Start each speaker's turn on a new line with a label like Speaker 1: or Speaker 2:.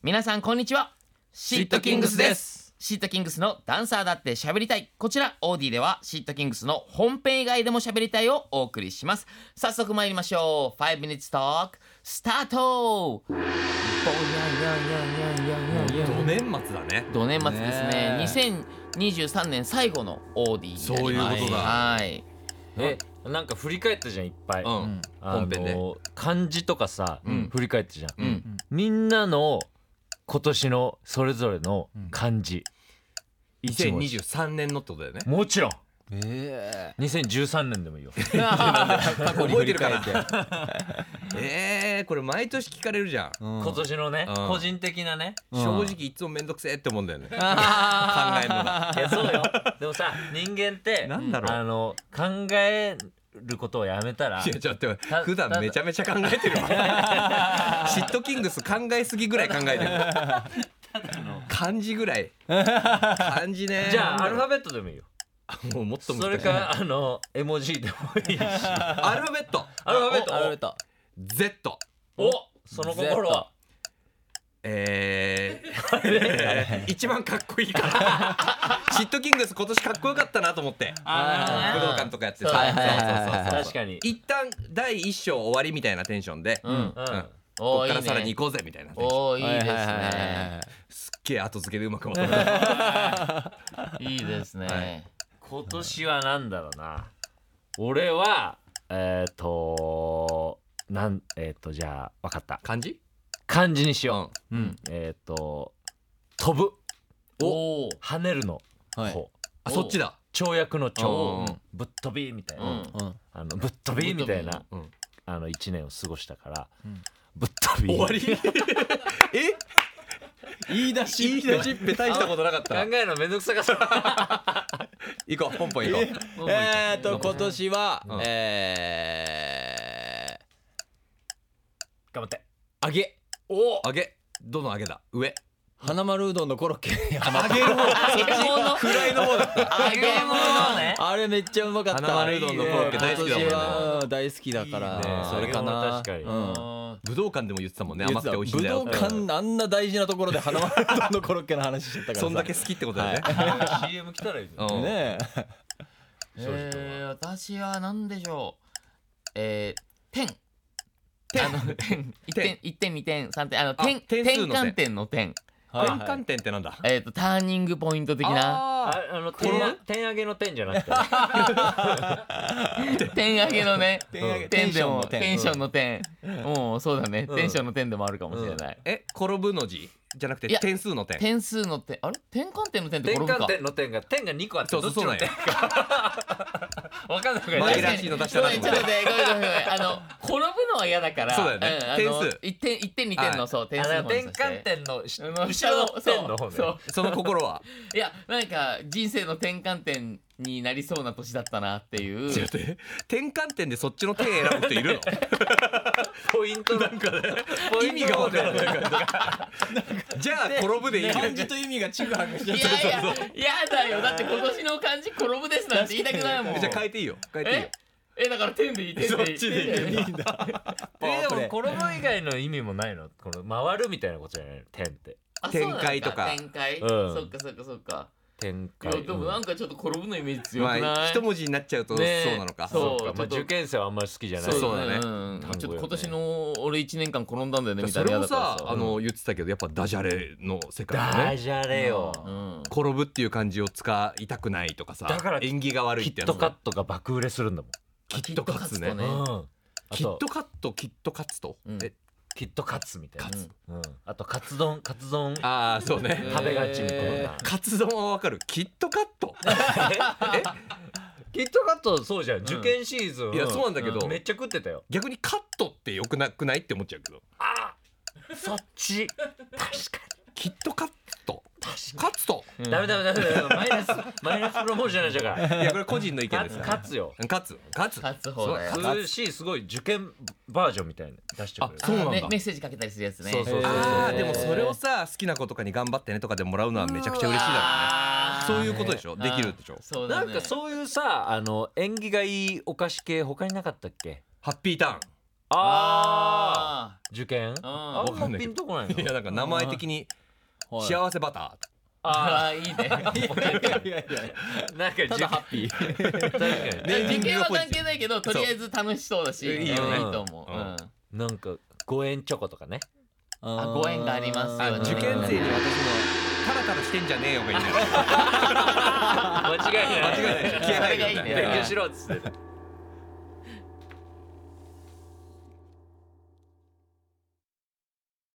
Speaker 1: 皆さんこんにちはシ
Speaker 2: ットキングスです
Speaker 1: シットキングスのダンサーだって喋りたいこちらオーディではシットキングスの本編以外でも喋りたいをお送りします早速参りましょう5 minutes talk スタート
Speaker 2: ド年末だね
Speaker 1: 土年末ですね
Speaker 2: ね
Speaker 1: 2023年最後のオーディになります
Speaker 2: そういうことだ
Speaker 1: はい
Speaker 3: えなんか振り返ったじゃんいっぱい、
Speaker 2: うん、
Speaker 1: ん
Speaker 3: あ
Speaker 2: 本編ね
Speaker 3: の漢字とかさ、
Speaker 1: うん
Speaker 3: 振り返ったじゃん、
Speaker 1: うん
Speaker 3: みんなの今年のそれぞれの漢字、一文字
Speaker 2: 2023年のってことだよね
Speaker 3: もちろん
Speaker 4: え
Speaker 3: 2013年でもいいよ
Speaker 4: え過去
Speaker 2: 覚
Speaker 4: に振
Speaker 2: えて
Speaker 4: り
Speaker 2: る
Speaker 4: 返
Speaker 2: か
Speaker 4: って
Speaker 2: えー、これ毎年聞かれるじゃん、
Speaker 3: 今年のね、
Speaker 2: うん
Speaker 3: 個人的なね
Speaker 2: 正直いつもめんどくせえって思うんだよね考
Speaker 1: あ
Speaker 2: えるのが
Speaker 3: いやそうよでもさ人間って
Speaker 2: なんだろう
Speaker 3: あの考えることをやめたら
Speaker 2: いやちょっと待って
Speaker 3: た
Speaker 2: 普段めちゃめちゃ考えてるわ シットキングス考えすぎぐらい考えてる漢字ぐら い漢字ね
Speaker 3: じゃあアルフ
Speaker 2: も
Speaker 3: ァベットでもいいよ
Speaker 2: うもっと
Speaker 3: そ
Speaker 2: 難
Speaker 3: れ
Speaker 2: しい
Speaker 3: かあの絵文字でもいいし ア
Speaker 2: アルファベット
Speaker 3: ルファベッ
Speaker 4: あれ
Speaker 3: ト
Speaker 4: た
Speaker 2: Z
Speaker 3: おその心は
Speaker 2: えーえ ー、一番かっこいいから シットキングス今年かっこよかったなと思って
Speaker 3: あ
Speaker 2: 武
Speaker 3: ー
Speaker 2: 道館とかやって
Speaker 3: そう
Speaker 2: た
Speaker 3: はいはい
Speaker 4: はいは
Speaker 2: そ
Speaker 4: い
Speaker 2: うそうそう
Speaker 3: 確かに
Speaker 2: 一旦第一章終わりみたいなテンションで、
Speaker 1: うん
Speaker 3: うん
Speaker 2: こ
Speaker 1: お
Speaker 2: っ
Speaker 1: ー
Speaker 2: か
Speaker 1: い
Speaker 2: ら
Speaker 1: い
Speaker 2: さらに
Speaker 1: ね
Speaker 2: 行こうぜみたいなテンション
Speaker 1: おーいいです
Speaker 4: はいはいはい
Speaker 1: ね
Speaker 4: はい
Speaker 2: すっげえ後付けでうまくまとめた
Speaker 1: いいですね
Speaker 3: 今年はなんだろうな俺はえっ、となんえっ、とじゃあ分かった
Speaker 2: 感じ
Speaker 3: 漢字にしよう、
Speaker 4: うん
Speaker 3: えっ、と飛ぶ
Speaker 1: おおー
Speaker 3: 跳ねるの、
Speaker 4: はい
Speaker 3: こう
Speaker 2: あそっちだ
Speaker 3: 跳躍の
Speaker 2: お
Speaker 3: 跳
Speaker 2: う
Speaker 3: ぶっ飛びみたいな、
Speaker 1: うん
Speaker 4: うん
Speaker 3: あのぶっ飛びみたいな、
Speaker 2: 飛びうん
Speaker 3: あの1年を過ごしたから、
Speaker 4: ん
Speaker 3: ぶっ飛び
Speaker 2: 終わり え
Speaker 4: 言い出し
Speaker 2: いいねジッペ大したことなかっ
Speaker 3: 考
Speaker 2: た
Speaker 3: えるのめんどくさかった
Speaker 2: 行こうポンポン行こう
Speaker 4: えー、っと今年は、
Speaker 2: うん
Speaker 4: え
Speaker 3: 頑張って
Speaker 4: ー、揚げ
Speaker 3: お
Speaker 2: 揚げどの揚げだ上
Speaker 4: 花丸うどんのコロッ ケ
Speaker 2: 揚げる方
Speaker 1: 揚げ物
Speaker 2: フライの方だった
Speaker 1: 揚げ物ね
Speaker 4: あれめっちゃうまかった
Speaker 2: 花丸うどんのコロッケ大好きだもんね
Speaker 4: 今年はうん大好きだから
Speaker 3: いいね
Speaker 4: それかな
Speaker 3: 揚げ物確かに
Speaker 4: うん
Speaker 1: あ
Speaker 2: 武道館でも言ってたもんね甘くて美味しいんだよ
Speaker 4: 武道館あんな大事なところで花丸うどんのコロッケの話しちゃったからさ
Speaker 2: そんだけ好きってことだよね、
Speaker 3: CM 来たらいいぞ
Speaker 2: うん
Speaker 4: ねえ
Speaker 1: ーえー、私は何でしょうえー、点あの点一点一点二点三点あの点
Speaker 2: 点
Speaker 1: 転
Speaker 2: 数の点
Speaker 1: 換点の点
Speaker 2: 転換点ってなんだ
Speaker 1: えっ、ー、とターニングポイント的な
Speaker 3: あ
Speaker 2: あ
Speaker 3: あの点や点上げの点じゃなくて
Speaker 1: 点上げのね
Speaker 4: 点上げ
Speaker 1: 点でもテ
Speaker 4: テ
Speaker 1: ン
Speaker 4: ン
Speaker 1: ションの点もうそうだね、
Speaker 3: うん
Speaker 1: テンションの点でもあるかもしれない、
Speaker 2: ーえ転ぶの字じゃなく
Speaker 1: い
Speaker 2: て
Speaker 1: や
Speaker 2: 点数の点
Speaker 1: 点数の点あれ転換点の点って
Speaker 3: 転
Speaker 1: 転ぶか
Speaker 3: 換点の点が点が2個あって
Speaker 2: そう
Speaker 3: ど
Speaker 2: そう
Speaker 3: っ
Speaker 2: そ
Speaker 3: ち
Speaker 2: うなん
Speaker 3: の点
Speaker 2: よ
Speaker 3: かわかんなく
Speaker 2: 紛
Speaker 3: ない
Speaker 2: らわしいの出したな
Speaker 1: ごめんちょっとねごめんごめんごめんあの転ぶのは嫌だから
Speaker 2: そうだよね
Speaker 1: んあの
Speaker 2: 点数
Speaker 1: 一点一点二点の、
Speaker 2: はい
Speaker 1: そう点数
Speaker 3: あ
Speaker 1: の
Speaker 3: の
Speaker 1: 方にさ
Speaker 3: 転
Speaker 1: せて
Speaker 3: 換点のし
Speaker 1: あの
Speaker 3: 後ろの点の方ね
Speaker 1: そう
Speaker 2: その心は
Speaker 1: いやなんか人生の転換点になりそうな年だったなっていう
Speaker 2: ちょっと待って転換点でそっちの点選ぶ人いる
Speaker 3: ポイントなんか
Speaker 2: の 意味がわからない
Speaker 3: い
Speaker 2: からじゃあ転ぶでいいよ
Speaker 4: 漢字と意味がちぐはぐしち
Speaker 1: い
Speaker 4: ゃ
Speaker 1: や
Speaker 4: っ
Speaker 1: い
Speaker 4: た
Speaker 1: ややだよだって今年の漢字転ぶですなんて言いたくないもん
Speaker 2: じゃあ変えていいよ変えていいよ
Speaker 1: ええだから点でいい点でいい 点でいい
Speaker 3: え
Speaker 4: パワープレ
Speaker 3: で
Speaker 4: イ
Speaker 3: も転ぶ以外の意味もないのこの回るみたいなことじゃないの点って
Speaker 1: あそうなの
Speaker 2: 展開とか
Speaker 1: 展開、
Speaker 3: うん
Speaker 1: そっかそっかそっか
Speaker 3: 展
Speaker 1: い
Speaker 3: 開
Speaker 1: やでもなんかちょっと転ぶのイメージ強くない、
Speaker 2: まあ一文字になっちゃうとそう
Speaker 1: ねえ
Speaker 2: なのか
Speaker 1: そう
Speaker 3: まあ、
Speaker 1: ちょっと
Speaker 3: 受験生はあんまり好きじゃない
Speaker 2: そうそうだね
Speaker 1: んちょっと今年の俺1年間転んだんだよねみたいな
Speaker 2: それ
Speaker 1: 嫌
Speaker 2: も
Speaker 1: だから
Speaker 2: さ
Speaker 1: さ
Speaker 2: あの言ってたけどやっぱダジャレの世界だ
Speaker 3: ダ
Speaker 2: ね
Speaker 3: ジャレよ、
Speaker 1: うん
Speaker 2: 転ぶっていう漢字を使いたくないとかさ
Speaker 3: だから
Speaker 2: 縁起が悪い
Speaker 3: キ
Speaker 2: って
Speaker 3: ッ
Speaker 2: や
Speaker 3: ト
Speaker 2: つ
Speaker 3: カットが爆売れするんだもん、
Speaker 2: キットカツね
Speaker 1: キットカツとね
Speaker 2: キット
Speaker 3: うんあと
Speaker 2: カットキットカツと
Speaker 1: うん
Speaker 2: え
Speaker 3: キットカツみたい
Speaker 1: カ
Speaker 3: な
Speaker 1: ツ、
Speaker 3: うん、あとカツ丼カツ丼
Speaker 2: ああそうね
Speaker 3: 食べがちみたいな、
Speaker 2: カツ丼はわかるキットカット
Speaker 3: キットカットそうじゃん、
Speaker 1: ん
Speaker 3: 受験シーズン
Speaker 2: いやそうなんだけど
Speaker 3: めっちゃ食ってたよ
Speaker 2: 逆にカットってよくなくないって思っちゃうけど
Speaker 3: そっち確か
Speaker 2: キットカットカツと
Speaker 3: にダメダメダメダメマイナスマイナスプロモーションじゃない
Speaker 2: いやこれ個人の意見
Speaker 3: か
Speaker 2: です
Speaker 3: ら
Speaker 2: か
Speaker 3: カツよ
Speaker 2: らカツカツ
Speaker 1: 勝つ方だよ
Speaker 2: そう
Speaker 3: 通しすごい受験バージョンみたいなの出してくれる
Speaker 2: あそうなんだ
Speaker 1: メメッセージかけたりするやつね
Speaker 3: そうそうそう
Speaker 2: あ
Speaker 3: へ
Speaker 2: ー
Speaker 3: ー
Speaker 2: でもそれをさ好きな子とかに頑張ってねとかでもらうのはめちゃくちゃ嬉しいだ
Speaker 1: だ
Speaker 2: ろうねそういうことでしょ
Speaker 1: ん
Speaker 2: できるでしょ
Speaker 1: そうだ
Speaker 3: な
Speaker 1: ね
Speaker 3: んかそういうさあの縁起がいいお菓子系他になかったっけ
Speaker 2: ハッピーターン
Speaker 3: ああ
Speaker 1: あ
Speaker 3: 受験
Speaker 1: あ
Speaker 3: あ
Speaker 1: うん
Speaker 3: んまピンとこない
Speaker 2: いや
Speaker 3: の
Speaker 2: なんか名前的に
Speaker 4: はい
Speaker 2: 幸せバタ
Speaker 3: あ
Speaker 1: あーい いね
Speaker 4: いやいやいや
Speaker 3: ーなんか受
Speaker 4: ただハッピー
Speaker 3: 確かに
Speaker 2: ー。
Speaker 1: 受験は関係ないけどとりあえず楽しそうだし
Speaker 2: そう
Speaker 1: いい
Speaker 3: うん
Speaker 1: と思う、
Speaker 2: うん
Speaker 1: うん
Speaker 3: なんか五円チョコとかね
Speaker 4: あ
Speaker 1: ーご縁があります
Speaker 2: あ
Speaker 1: よ
Speaker 2: の
Speaker 1: ね
Speaker 2: 受験生に私のタラタラしてんじゃね えよがいいんだよ。
Speaker 3: 間違いない
Speaker 2: 間違いない
Speaker 1: それがいいんだよ
Speaker 3: 勉強しろっつって